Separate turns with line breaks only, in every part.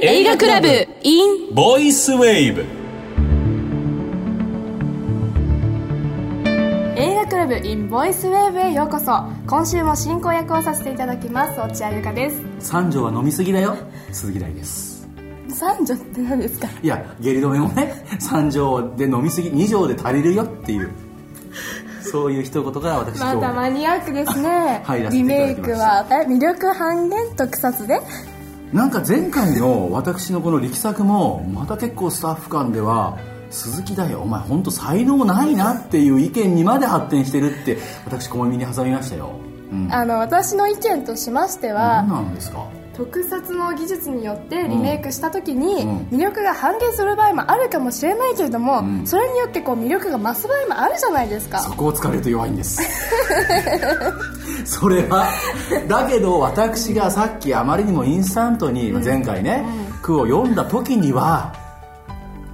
映画クラブ in
ボイスウェーブ
映画クラブ in ボイスウェーブへようこそ今週も進行役をさせていただきます落合ゆかです
三条は飲みすぎだよ鈴木大です
三女って何ですか
いや下痢止めもね三条で飲みすぎ二条で足りるよっていうそういう一言が私
ま
今日
たマニアックですね
入らせて
リ
いた
メ
だ
イ
きま
ク
した
はえ魅力半減特撮で
なんか前回の私のこの力作もまた結構スタッフ間では鈴木だよお前本当才能ないなっていう意見にまで発展してるって私小耳に挟みましたよ、うん、
あの私の意見としましては
何なんですか
特撮の技術によってリメイクした時に
うん
魅力が半減する場合もあるかもしれないけれども、
ん
それによってこう魅力が増す場合もあるじゃないですか
そこを疲れると弱いんです それはだけど私がさっきあまりにもインスタントに前回ね句を読んだ時には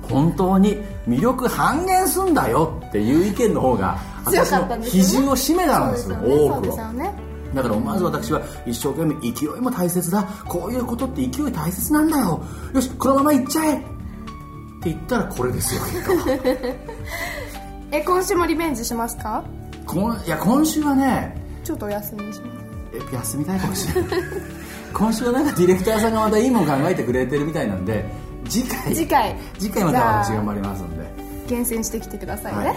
本当に魅力半減すんだよっていう意見の方が
強
私
かった
の
んですよね
比重を占めたんです
そう
よ
ですよね
多
そう
く
です
を
よね
だからまず私は一生懸命勢いも大切だこういうことって勢い大切なんだよよしこのままいっちゃえって言ったらこれですよ結果は
え今週もリベンジしますか
こんいや今週はね
ちょっとお休みにします
え休みたいかもしれない今週はなんかディレクターさんがまたいいもん考えてくれてるみたいなんで次回
次回
次回ま
じ
た
ゃあ
私頑張りますんで
厳選してきてくださいね、
はい
はい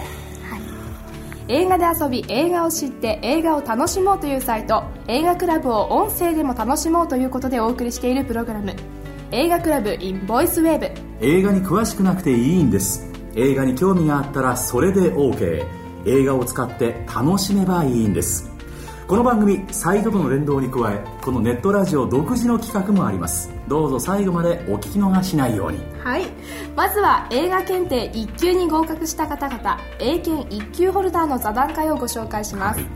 映画で遊び映画を知って映画を楽しもうというサイト映画クラブを音声でも楽しもうということでお送りしているプログラム映画クラブ in ボイスウェーブ
映画に詳しくなくていいんです映画に興味があったらそれで OK 映画を使って楽しめばいいんですこの番組サイトとの連動に加えこのネットラジオ独自の企画もありますどうぞ最後までお聞き逃しないように
はいまずは映画検定1級に合格した方々英検1級ホルダーの座談会をご紹介します、
はい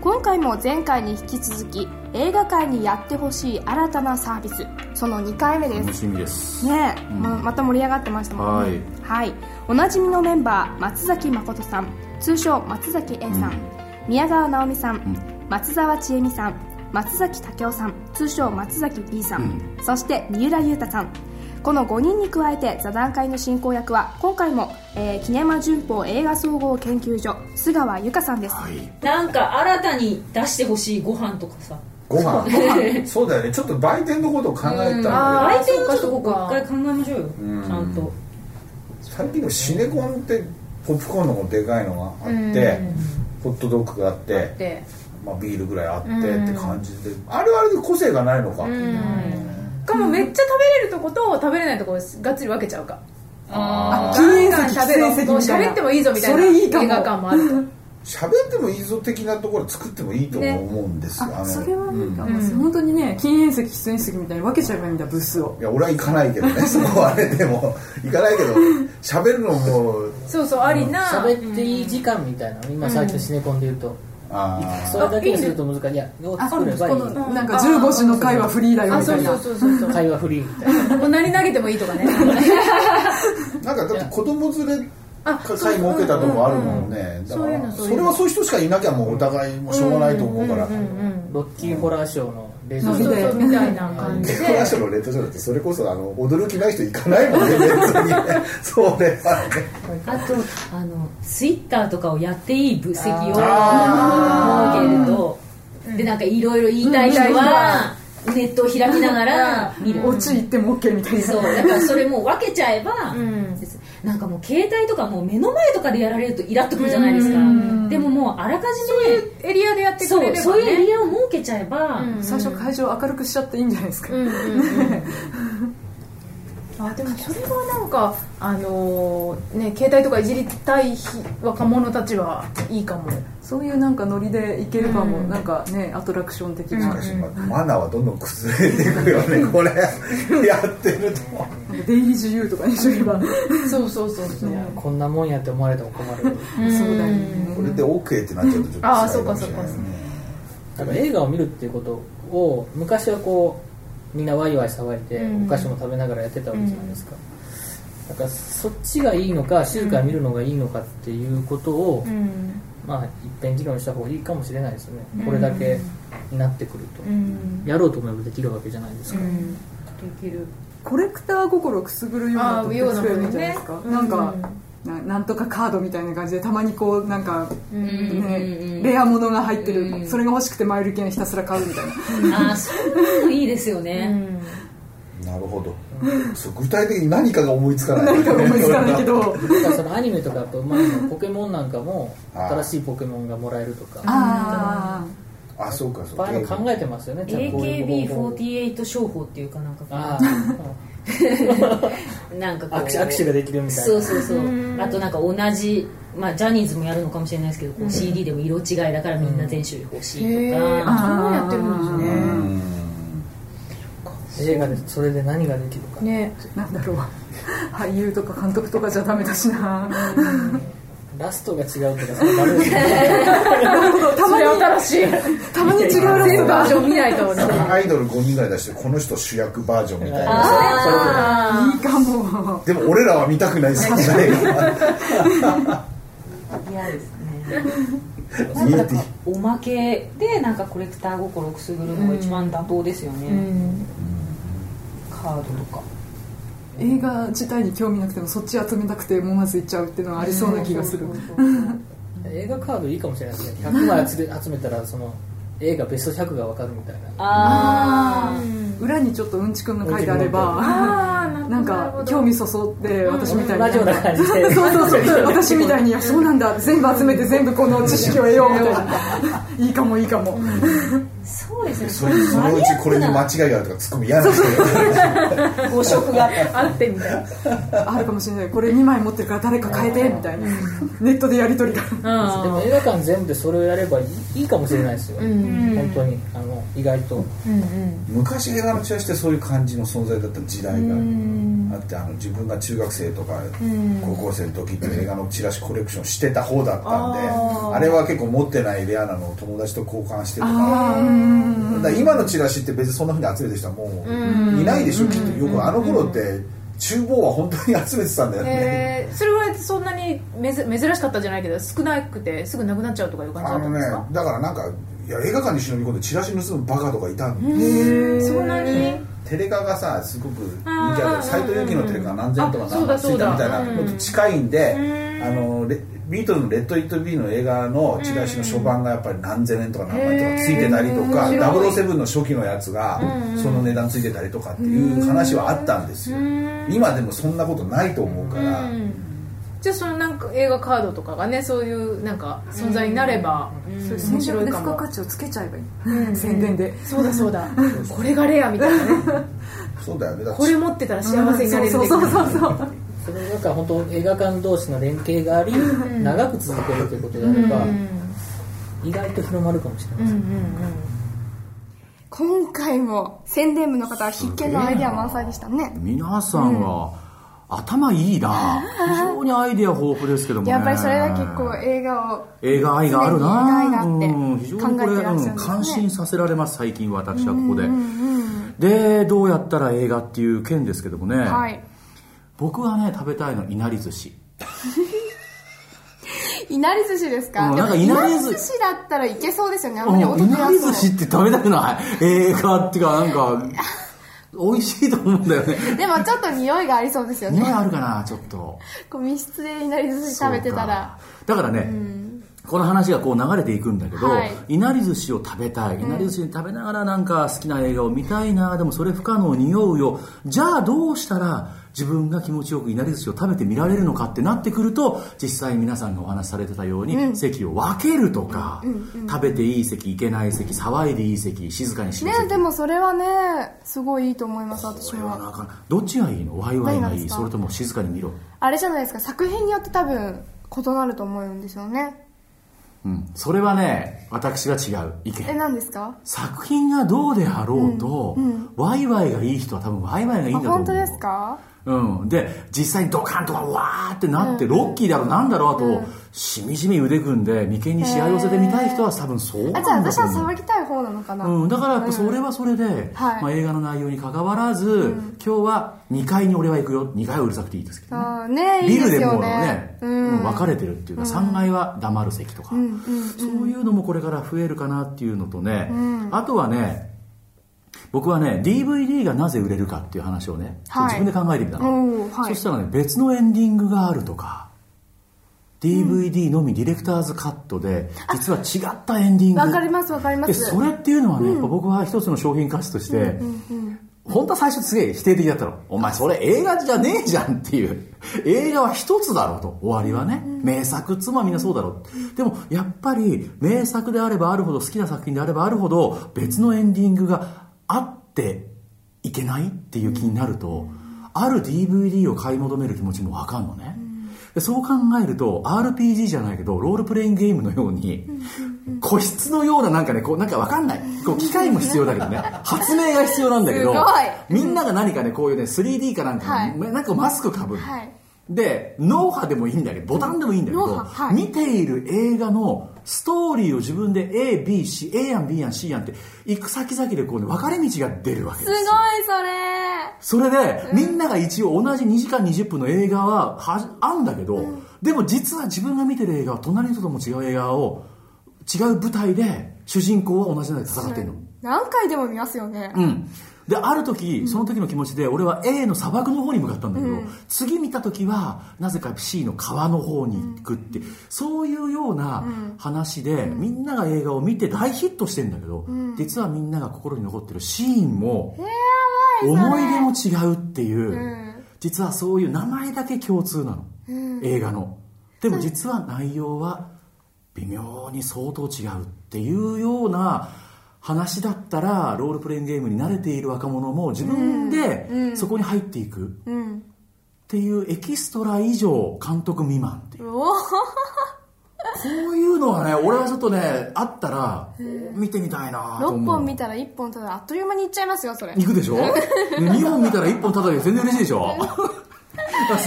今回も前回に引き続き映画界にやってほしい新たなサービスその2回目です
楽しみです
ねえ、
うん
ままた盛り上がってましたもんねはい、おなじみのメンバー松崎誠さん通称松崎 A さん、宮川直美さん、松沢千恵美さん松崎武雄さん通称松崎 B さん、そして三浦雄太さんこの5人に加えて座談会の進行役は今回も、えー、キネマ旬報映画総合研究所菅川由香さんです、
はい
なんか新たに出してほしいご飯とかさ
ご 飯そうだよねちょっと売店のことを考えてたんだ
相手にちょっとここ一回考えましょうよちゃんと
けど最近のシネコンってポップコーンのもでかいのがあってホットドッグがあって
で
まあ、ビールぐらいあってって感じであれはあれで個性がないのか
しかもめっちゃ食べれるとこと食べれないとこをがっつり分けちゃうか
あー
ガンガン食べろもう喋ってもいいぞみたいな映画館もあると
喋ってもいいぞ的なところ作ってもいいと思うんですよ、あの
それはなんか、
うん
ん
本当にね禁煙席喫煙席みたいに分けちゃえばいいんだブースを
いや俺は行かないけど ねそこはあれでも行かないけど喋るのも
そうそうありな
喋っていい時間みたいなの今最近シネコンで言うと、
あ
それだけにすると難しいいやどう
あ
作ればいい
このなんか15時の会はフリーだよ
あ
みた
そう
い
そ
な
うそうそうそう
会話フリーみたいな
おなり投げてもいいとかね
ーなんかだって子供連れ
あ
さえ設けたとこあるもんねだか
そういうの
ら
そ
そ
ういうの
れはそういう人しかいなきゃもうお互いもしょうがないと思うから
ロッキーホラーショーの冷
そ
蔵
う
庫
そうそうみたいな感じ
レ
で
ッドラショーのレッドショーだってそれこそあの驚きない人行かないもんね別に ねそれはね
あとあのツイッターとかをやっていい部席を設けるとでなんかいろいろ言いたい人はネットを開きながら見る、
落ち行っても OK みたいな
そうだからそれもう分けちゃえば、ですなんかもう携帯とかもう目の前とかでやられるとイラっとくるじゃないですか、でももうあらかじめ
エリアでやって
そ
く
う
れれば
そう
ね
いうエリアを設けちゃえば、
最初会場明るくしちゃっていいんじゃないですか、
あでもそれはなんかあのーね携帯とかいじりたい日若者たちはいいかも
そういうなんかノリで行ければもう、
うん
なんかねアトラクション的な、
難しいまあマナーはどんどん崩れていくよねこれやってると
なんか出入り自由とかにしとけば、
そうそうそうそう
いやこんなもんやって思われても困る
そうだよ
こ
ね
れで OK ってなっちゃうとちょっと
あ
辛い
ー
もしれないね
そうかそう
だから映画を見るっていうことを昔はこうみんなワイワイ騒いで、
うん
お菓子も食べながらやってたわけじゃないですか、だからそっちがいいのか静かに見るのがいいのかっていうことを、
うん
まあ一遍議論した方がいいかもしれないですね、これだけになってくると、
うん
やろうと思えばできるわけじゃないですか、
できる
コレクター心くすぐるような特
あー
別
ようなも
フ
の
ェ
ね
じゃないですか、なんか、ななんとかカードみたいな感じでたまにこうなんか、ね、レア物が入ってる、それが欲しくてマイル券ひたすら買うみたいな
ああそういうのいいですよね、
なるほどそう具体的に何かが思いつかない
何か思いつかないけど
だからそのアニメとかと、まあ、ポケモンなんかも
あー
新しいポケモンがもらえるとか
あ
あそうか
い
そ
っ
うか
ぱいあの考えてますよねちゃんとこういう方法
AKB48 商法っていうかなんかこう
あ
なんかこ
あ
う
握手握手ができるみたいな
そうそうそうあとなんか同じ、まあ、ジャニーズもやるのかもしれないですけどこう CD でも色違いだからみんな全種類欲しいと
へー
か、
そんなんやってるんですね
うん
映画でそれで何ができるか
ね
なんだろう 俳優とか監督とかじゃダメだしな
ラストが違うとかそれダメですよ ね
たまに
新しい
たまに違うラスト
バージ
が
ョン見ないとね
アイドル5人ぐらい出してこの人主役バージョンみたいなそれそれ
いいかも
でも俺らは見たくない好きじゃねえか
嫌です
ら見えて
おまけでなんかコレクター心をくすぐるのが一番妥当ですよね、カードとか
映画自体に興味なくてもそっち集めたくてもまず行っちゃうっていうのはありそうな気がする
映画カードいいかもしれないですね100枚集め集めたらその映画ベスト100が分かるみたいな
あ
裏にちょっとうんちくんが書いてあればなんか興味そそって私みたいに
同じ ような感じで
そうそうそう私みたいにいやそうなんだ全部集めて全部この知識を得ようみたいないいかもいいかも
あそうですね
それそのうちこれに間違いがあるとかツッコミ嫌なんですけど
誤色が
あってみたいな
あるかもしれないこれ2枚持ってるから誰か変えてみたいなネットでやり取りが
でも映画館全部でそれをやればいいいいかもしれないですよ、本当にあの意外と
昔映画のチラシってそういう感じの存在だった時代があってあの自分が中学生とか高校生の時って映画のチラシコレクションしてた方だったんであれは結構持ってないレアなのを友達と交換してとかだから今のチラシって別にそんなふうに集めてる人はもういないでしょきっとよくあの頃って厨房は本当に集めてたんだよね
えーそれはそんなにめず珍しかったじゃないけど少なくてすぐなくなっちゃうとかいう感じだ
あ
った
の
ん
ね
ですか
だからなんかいや映画館に忍び込んでチラシ盗むバカとかいたんで
そんなに
テレカがさすごく人気あって斎藤由貴のテレカ何千とか
あそ
何
うだ
万ついたみたいな
そうだ
のと近いんで、あのレビートルの「レッド・イット・ビー」の映画のチラシの初版がやっぱり何千円とか何万円とかついてたりとか、
へー
ダブルセブンの初期のやつがその値段ついてたりとかっていう話はあったんですよ今でもそんなことないと思うから、
じゃあそのなんか映画カードとかがねそういうなんか存在になれば面白い
で
か
付加
も
価値をつけちゃえばいい宣伝で
そうだそうだこれがレアみたいなね
そうだよねだって
これ持ってたら幸せになれる
そうそうそうそう
それが本当映画館同士の連携があり長く続けるということであれば意外と広まるかもしれないですね
今回も宣伝部の方は必見のアイデア満載でしたね
皆さんは、頭いいな非常にアイデア豊富ですけどもね
やっぱりそれが結構映画を
映画愛がある
映画
な
愛があって
うん非常にこれ
考えてらっしゃるんですね
うん感心させられます最近私はここででどうやったら映画っていう件ですけどもね、
はい
僕はね食べたいのはいなり寿司
いなり寿司ですか,、
うんなんか
でも
いなり寿
寿司だったらいけそうですよねあん
う
ま
んい
り音出や
なり寿
す
司
い
って食べたくない映画っていうかなんか美味しいと思うんだよね
でもちょっと匂いがありそうですよ
匂い
ね
あるかなちょっと
こう密室でいなり寿司食べてたら
そうかだからね、この話がこう流れていくんだけど、
はい
い、なり寿司を食べたいいなり寿司食べながらなんか好きな映画を見たいなでもそれ不可能匂うよじゃあどうしたら自分が気持ちよくいなり寿司を食べてみられるのかってなってくると実際皆さんがお話しされてたように、席を分けるとか、食べていい席行けない席騒いでいい席静かにし
ね
る席
でもそれはねすごいいいと思います私
これは
も
なかなかどっちがいいのワイワイ
何が
が
で
い
す
い
か
それとも静かに見ろ
あれじゃないですか作品によって多分異なると思うんですよね
うんそれはね私は違う意見
え何ですか
作品がどうであろうと、ワイワイがいい人は多分ワイワイがいいん
あ
だと思う
本当ですか
うん、で実際にドカンとかわーってなって、ロッキーだろうなんだろうあと、しみじみ腕組んで眉間にしわ寄せてみたい人は多分そう
あじゃあ
なんだ
私
と
は
思う
騒ぎたい方なのかな、
うん、だからやっぱそれはそれで、
はい
まあ、映画の内容に関わらず、今日は2階に俺は行くよ2階はうるさくていいですけどね
あーねいい
ビ
で
ル
す
でも
よ
う
ね
ね、うん分かれてるっていうか、3階は黙る席とか、そういうのもこれから増えるかなっていうのとね、あとはね僕はね DVD がなぜ売れるかっていう話をね、ちょっと自分で考えてみたの、
おーはい
そしたらね別のエンディングがあるとか DVD のみディレクターズカットで実は違ったエンディング
わかりますわかります
でそれっていうのはね、やっぱ僕は一つの商品価値として、本当は最初すげえ否定的だったの。お前それ映画じゃねえじゃんって いう。映画は一つだろうと。終わりはね。名作っつうのはみんなそうだろう。でもやっぱり名作であればあるほど好きな作品であればあるほど別のエンディングがあっていけないっていう気になると、ある DVD を買い求める気持ちもわかんのね。でそう考えると RPG じゃないけどロールプレイングゲームのように 個室のようななんかねこうなんかわかんないこう機械も必要だけど ね発明が必要なんだけど
す
みんなが何かねこういうね 3D かなんか、
はい
なんかマスクかぶる、
はい
で脳波でもいいんだけどボタンでもいいんだけど、
脳波はい
見ている映画のストーリーを自分で ABC A 案 B 案 C 案って行く先々でこうね分かれ道が出るわけです
すごいそれ
よそれで、みんなが一応同じ2時間20分の映画ははあんだけど、でも実は自分が見てる映画は隣の人とも違う映画を違う舞台で主人公は同じなので戦ってるの、
何回でも見ますよね、
うんである時その時の気持ちで俺は A の砂漠の方に向かったんだけど、次見た時はなぜか C の川の方に行くって、そういうような話で、みんなが映画を見て大ヒットしてんだけど、実はみんなが心に残ってるシーンも、思い出も違うっていう、実はそういう名前だけ共通なの、映画のでも実は内容は微妙に相当違うっていうような話だったらロールプレイングゲームに慣れている若者も自分でそこに入っていく っていうエキストラ以上監督未満っていうこういうのはね俺はちょっとねあったら見てみたいなと思
6
う
本見たら1本ただあっという間にいっちゃいますよそれ
行くで しょ2本見たら1本た だで全然嬉しいでしょ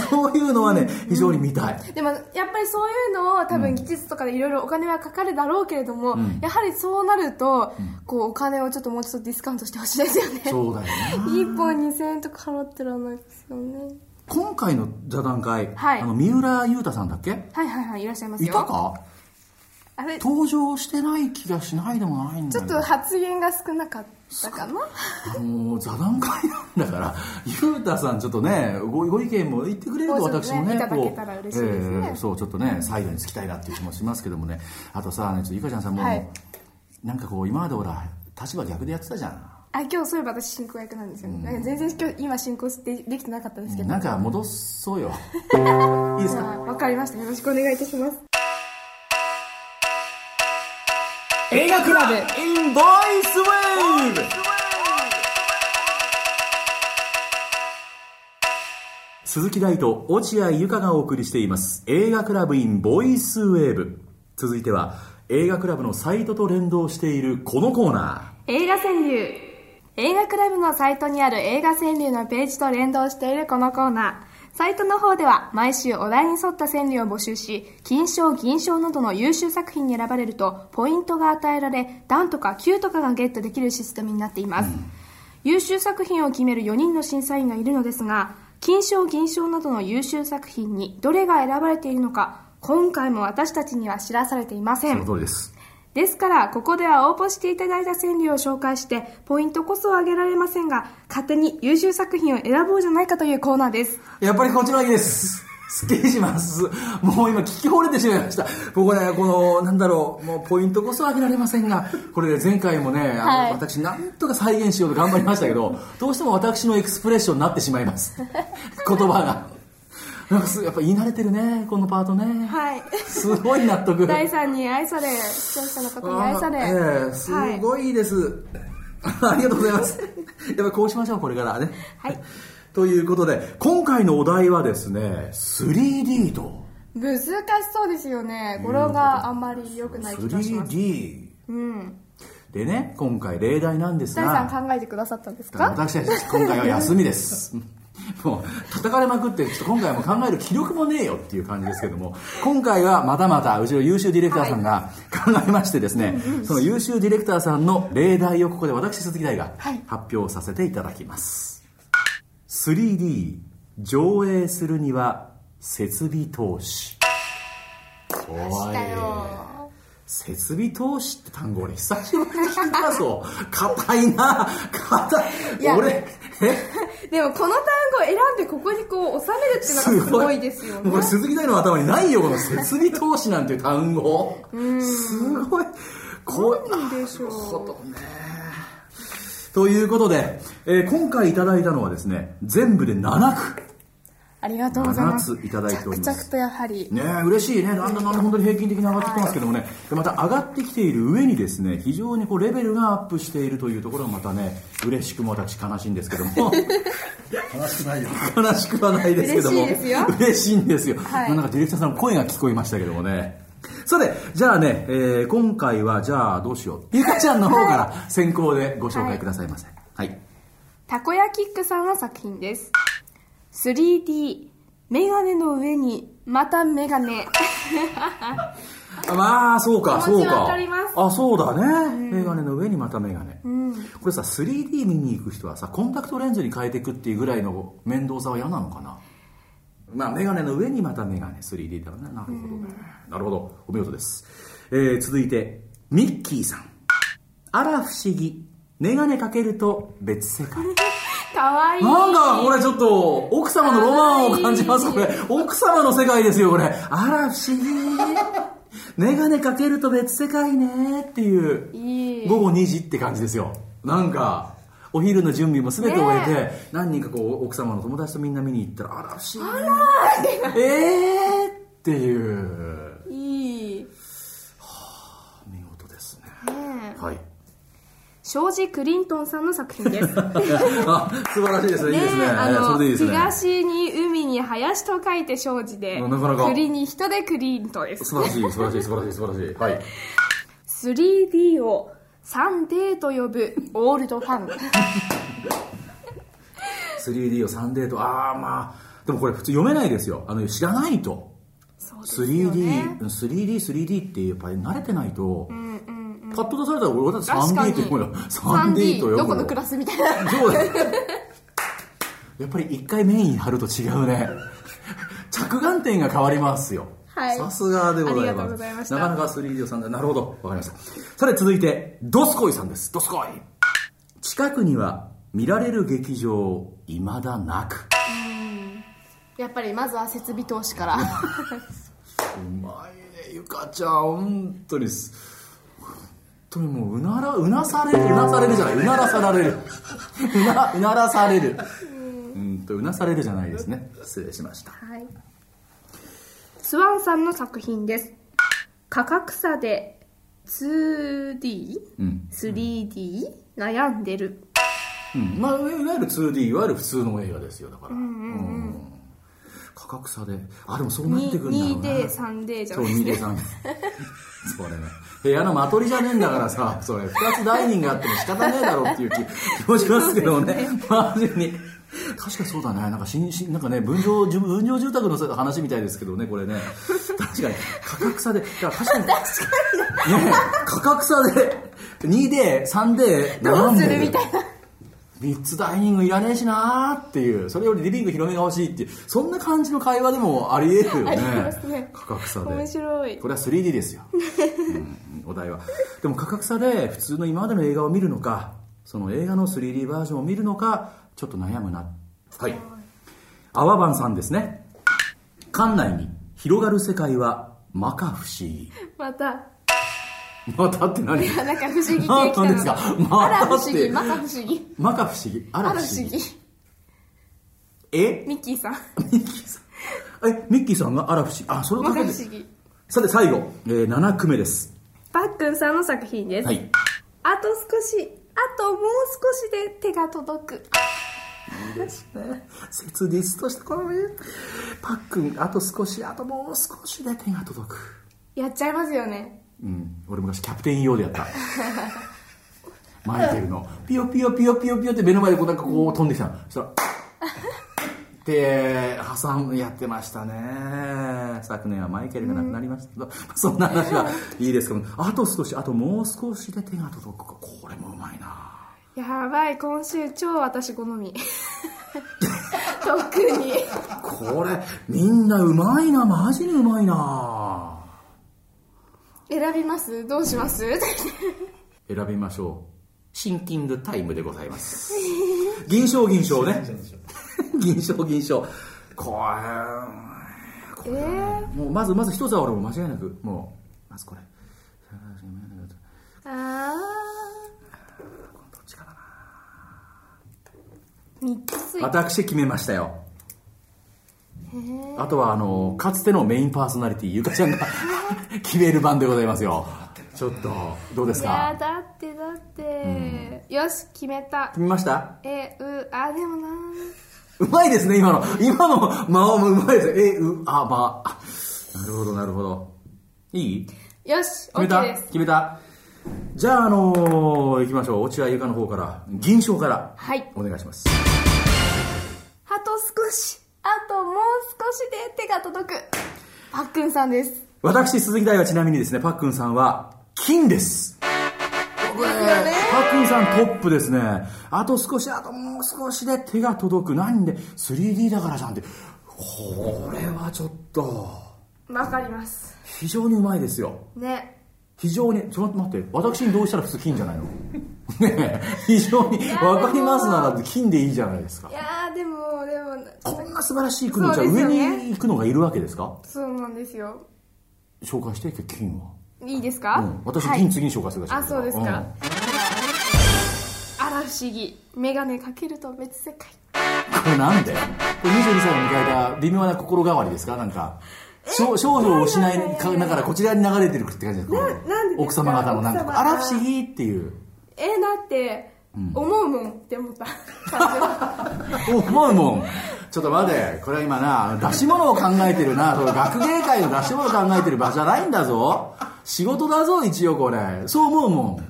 そういうのはね非常に見たい、
でもやっぱりそういうのを多分技術とかでいろいろお金はかかるだろうけれども、やはりそうなると、こうお金をちょっともうちょっとディスカウントしてほしいですよね
そうだよね
1本2000円とか払ってらんないですよね
今回の座談会、
はい
あの三浦雄太さんだっけ
はいはいはいいらっしゃいます
い
よ
たか
あれちょ
登場してない気がしないでもないんだ
っ
け
と
ど
発言が少なかったかな
あのー座談会なんだから 雄太さんちょっとねごご意見も言ってくれると
もうちょっとね
私もね
いただけ
こう
たら嬉しいですね
えーそうちょっとねサイドにつきたいなっていう気もしますけどもねあとさ、ね、ちょっとゆかちゃんさんも、
はい
なんかこう今までほら立場逆でやってたじゃん
あ今日そういえば私進行役なんですよね、なんか全然今日今進行でできてなかったんですけど
なんか戻そ うよいいですか
わかりましたよろしくお願いいたします
映画クラブ in ボイスウェーブ鈴木大と落合由香がお送りしています映画クラブ in ボイスウェーブ続いては映画クラブのサイトと連動しているこのコーナ
映画川柳映画クラブのサイトにある映画川柳のページと連動しているこのコーナーサイトの方では毎週お題に沿った川柳を募集し金賞銀賞などの優秀作品に選ばれるとポイントが与えられ段とか級とかがゲットできるシステムになっています、優秀作品を決める4人の審査員がいるのですが金賞銀賞などの優秀作品にどれが選ばれているのか今回も私たちには知らされていません
ーその通りです
ですから、ここでは応募していただいた川柳を紹介して、ポイントこそ上げられませんが、勝手に優秀作品を選ぼうじゃないかというコーナーです。
やっぱりこっちのわけですすっきりしますもう今聞き惚れてしまいました僕ねこのなんだろうもうポイントこそ上げられませんがこれで前回もねあの、
はい
私なんとか再現しようと頑張りましたけどどうしても私のエクスプレッションになってしまいます言葉がなんかすやっぱ言い慣れてるねこのパートね、
はい。
すごい納 得
第3に愛され、視聴者の方に愛され。
あーええすごいです、 ありがとうございます やっぱこうしましょうこれからね
はい
ということで今回のお題はですね 3D と
難しそうですよね。語呂があんまり良くない気がします。
3D
うん。
でね今回例題なんです
第さ
が
ん考えてくださったんですか
私たち今回は休みです もう叩かれまくってちょっと今回はもう考える気力もねえよっていう感じですけども今回はまたまたうちの優秀ディレクターさんが考えましてですね、その優秀ディレクターさんの例題をここで私鈴木大が
はい
発表させていただきます、3D 上映するには設備投資怖い
したよ。
設備投資って単語俺久しぶりに聞いたぞ硬いな硬い
いや
俺え
でもこの単語を選んでここにこう収めるっていうのがすごいですよ
もうこ
ね
れ鈴木大の頭にないよこの設備投資なんていう単語すごいこう
でしょう
ということで、えー今回いただいたのはですね全部で7句
ありがとうございます
7ついただいております
着々とやはり
ねえ嬉しいね、だんだんだんだん本当に平均的に上がってきてますけどもね、でまた上がってきている上にですね、非常にこうレベルがアップしているというところがまたね、嬉しくも私悲しいんですけど も、
悲しくないよ
悲しくはないですけども、
嬉しいですよ
嬉しいんですよ。
はい
まあなんかディレクターさんの声が聞こえましたけどもね。さて、じゃあね、えー今回はじゃあどうしよう。ゆかちゃんの方から先行でご紹介くださいませ。はい。
たこやきっくさんの作品です 3D メガネの上にまたメガネ
まあ、そうか、
気持
そう
ちは
か。
わかります
あ、そうだね。メガネの上にまたメガネ。これさ、3D 見に行く人はさ、コンタクトレンズに変えていくっていうぐらいの面倒さは嫌なのかな。まあ、メガネの上にまたメガネ、3D だよね。なるほどね。なるほど。お見事です。えー、続いて、ミッキーさん。あら不思議。メガネかけると別世界。
かわいい
なんかこれちょっと奥様のロマンを感じますこれ奥様の世界ですよこれあら不 思議メガネかけると別世界ねっていう
いい
午後2時って感じですよなんかお昼の準備も全て終えて、何人かこう奥様の友達とみんな見に行ったらあら不思議ねえーっていう
いい
見事ですねはい
庄司クリントンさんの作品です
あ素晴らしいですねいいですね、
えあ
えー
の
それでいいですね
東に海に林と書いて庄司で
あなかなか
栗に人でクリントです
素晴らしい素晴らしい素晴らしい素晴らしいはい
3D をサンデーと呼ぶオールドファン
3D を3 d とああまあでもこれ普通読めないですよあの知らないと 3D3D3D、3D 3D ってやっぱり慣れてないと、パッと出されたら俺だって 3D って読むよ 3D
3D
と呼ぶよ
どこのクラスみたいな
そうだよやっぱり一回メイン張ると違うね着眼点が変わりますよ
はい
さすがでござい
ありがと
ま
う
す
ございました
なかなか 3D を3 d なるほどわかりましたさて続いてドスコイさんですドスコイ近くには見られる劇場いまだなく
やっぱりまずは設備投資から
うまいねゆかちゃん本当にす本当にもううならうなされるうなされるじゃないうならさられるうなうならされるうんとうなされるじゃないですね失礼しました
はいスワンさんの作品です価格差で 2D3D、
うん、
3D 悩んでる
うん、まあいわゆる 2D いわゆる普通の映画ですよだから、うん価格差であでもそうなってくるんだろうな
2D3D じゃ
そう、
なく
2
て
で3で。それね。部屋の間取りじゃねえんだからさ、それ、二つダイニングがあっても仕方ねえだろうっていう気気もしますけどね、マジに。確かにそうだね。なんか新、新、なんかね、分譲、住分譲住宅の話みたいですけどね、これね。確かに、価格差で、だから確かに、ねえ価格差で、2で、3で、並んでるみたいな。3つダイニングいらねえしなーっていう、それよりリビング広めが欲しいっていう、そんな感じの会話でもあり得るよね。
ありますね
価格差で。
面白い
これは 3D で すよ、うんお題はでも価格差で普通の今までの映画を見るのかその映画の 3D バージョンを見るのかちょっと悩むなはいアワバンさんですね館内に広がる世界は摩訶不思議
また
またって何
なんか不思議系来
なん
たの
ですかま
あら不
た
思
っ
議
て
まか不思議
摩訶不思議あ
あ
ら
ら
不
不
思
思
議
議
え
ミッキーさん
ミッキーさんえミッキーさんがあら不思議あそれを
ま
か
か
け
不
て
思議
さて最後、えー、7句目です
パックンさんの作品です、
はい
あと少しあともう少しで手が届く
切実としたこのパックンあと少しあともう少しで手が届く
やっちゃいますよね
うん俺昔キャプテン用でやったマイケルのピヨピヨピヨピヨピヨって目の前でこうなんかこう飛んできたのそしたらって挟んやってましたね昨年はマイケルが亡くなりましたけど、そんな話はいいですけどあと少しあともう少しで手が届くかこれもうまいな
やばい今週超私好み 特に
これみんなうまいなマジにうまいな
選びますどうします
選びましょうシンキングタイムでございます 銀賞銀賞ね 銀賞銀賞これこれ、えー、もうまずまず一つは俺も間違いなくもうまずこれ
あ3つ
私決めましたよあとはあのかつてのメインパーソナリティゆか ちゃんが決める番でございますよちょっとどうですかい
やだってだって、うん、よし決めた
決めました
えうあでもな
うまいですね今の今の間もうまいですえうあまあなるほどなるほどいい
よし
決めた、
OK、です
決めたじゃああのー、いきましょう落合ゆかの方から銀賞から
はい
お願いします、
あと少しあともう少しで手が届く。パックンさんです。
私、鈴木大はちなみにですね、パックンさんは、金です。
ですよね。
パックンさんトップですね。あと少し、あともう少しで手が届く。なんで、3D だからじゃんって。これはちょっと。
わかります。
非常にうまいですよ。
ね。
非常に、ちょっと待って、私にどうしたら普通金じゃないの ね非常に分かりますならって金でいいじゃないですか
いやでもでも
こんな素晴らしい国、ね、じゃ上に行くのがいるわけですか
そうなんですよ
紹介して金はい、
いですか、うん
私、はい、金次に紹介する
あそうですか、うん、あら不思議眼鏡かけると別世界
これなんでこれ22歳を迎えた微妙な心変わりですかなんか少女を失いながらこちらに流れてるって感じですか奥様方のなんかあら不思議っていう
えー、だって思うもんって思った、 うん、
思うもんちょっと待てこれ今な出し物を考えてるなそ学芸会の出し物を考えてる場じゃないんだぞ仕事だぞ一応これそう思うもん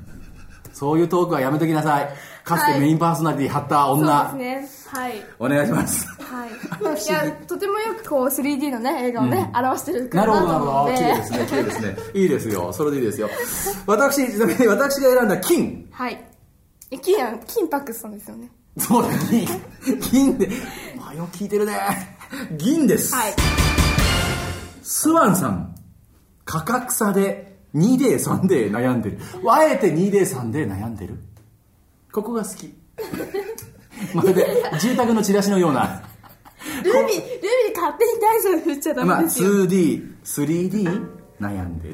そういうトークはやめときなさいかつてメインパーソナリティ張った女、
はい、ね、はい、
お願いします、
はい、いやとてもよくこう 3D のね映画をね、うん、表してる
なるほどなるほど綺麗ですね綺麗ですねいいですよそれでいいですよ私ちなみに私が選んだ金
はい金や金パックスさんですよね
そうだ金金でまあよく聞いてるね銀です
はい
スワンさん価格差で2で3で悩んでるあえて2で3で悩んでるここが好きまるで住宅のチラシのような
ルビルビ勝手に大事に振っちゃダメですよ、まあ、
2D3D 悩んで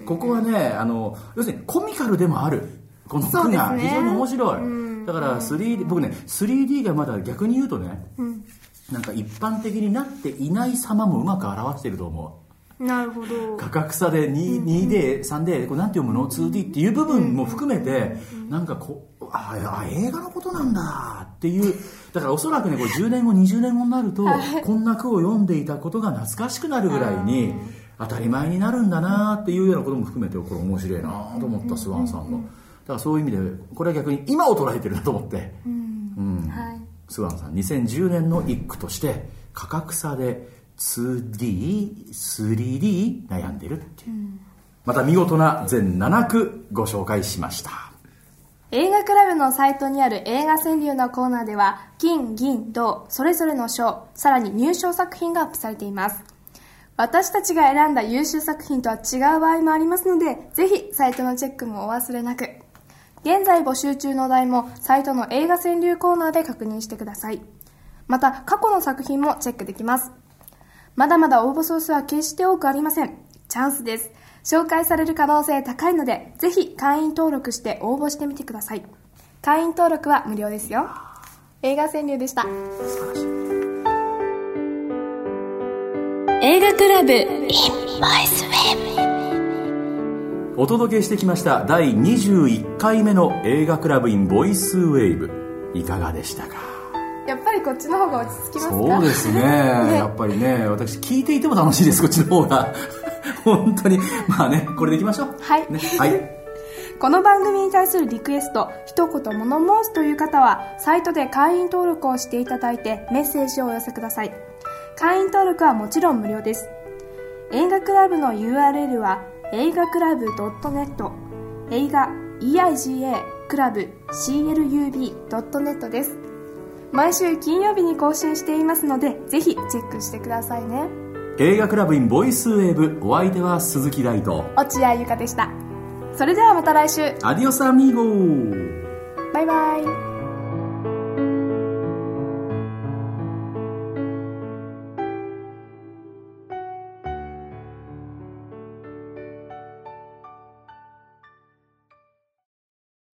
るここはねあの要するにコミカルでもあるこの句が非常に面白い、ね、だから 3D 僕ね 3D がまだ逆に言うとね、うん、なんか一般的になっていない様もうまく表してると思う
なるほど
価格差で 2,、うん、2で3でこれなんて読むの 2D っていう部分も含めて、うなんかこああ映画のことなんだっていうだからおそらくねこれ10年後20年後になると、こんな句を読んでいたことが懐かしくなるぐらいに当たり前になるんだなっていうようなことも含めてこれ面白いなと思ったスワンさんのだからそういう意味でこれは逆に今を捉えてるなと思って、うんはい、スワンさん2010年の一句として価格差で 2D、3D 悩んでるっていう、うん、また見事な全7句ご紹介しました
映画クラブのサイトにある映画川柳のコーナーでは金銀銅それぞれの賞さらに入賞作品がアップされています私たちが選んだ優秀作品とは違う場合もありますのでぜひサイトのチェックもお忘れなく現在募集中のお題もサイトの映画川柳コーナーで確認してくださいまた過去の作品もチェックできますまだまだ応募総数は決して多くありません。チャンスです。紹介される可能性高いので、ぜひ会員登録して応募してみてください。会員登録は無料ですよ。映画川柳でした。
映画クラブ
お届けしてきました第21回目の映画クラブ in ボイスウェーブいかがでしたか
やっぱりこっちの方が落ち着きます
そうですね やっぱりね私聞いていても楽しいですこっちの方が 本当にまあねこれでいきましょう
はい、
ね、はい
この番組に対するリクエスト一言物申すという方はサイトで会員登録をしていただいてメッセージをお寄せください会員登録はもちろん無料です映画クラブの URL は映画クラブ .net 映画 EIGA クラブ CLUB.net です毎週金曜日に更新していますのでぜひチェックしてくださいね
映画クラブインボイスウェーブお相手は鈴木大と
落合ゆかでしたそれではまた来週
アディオスアミーゴ
バイバイ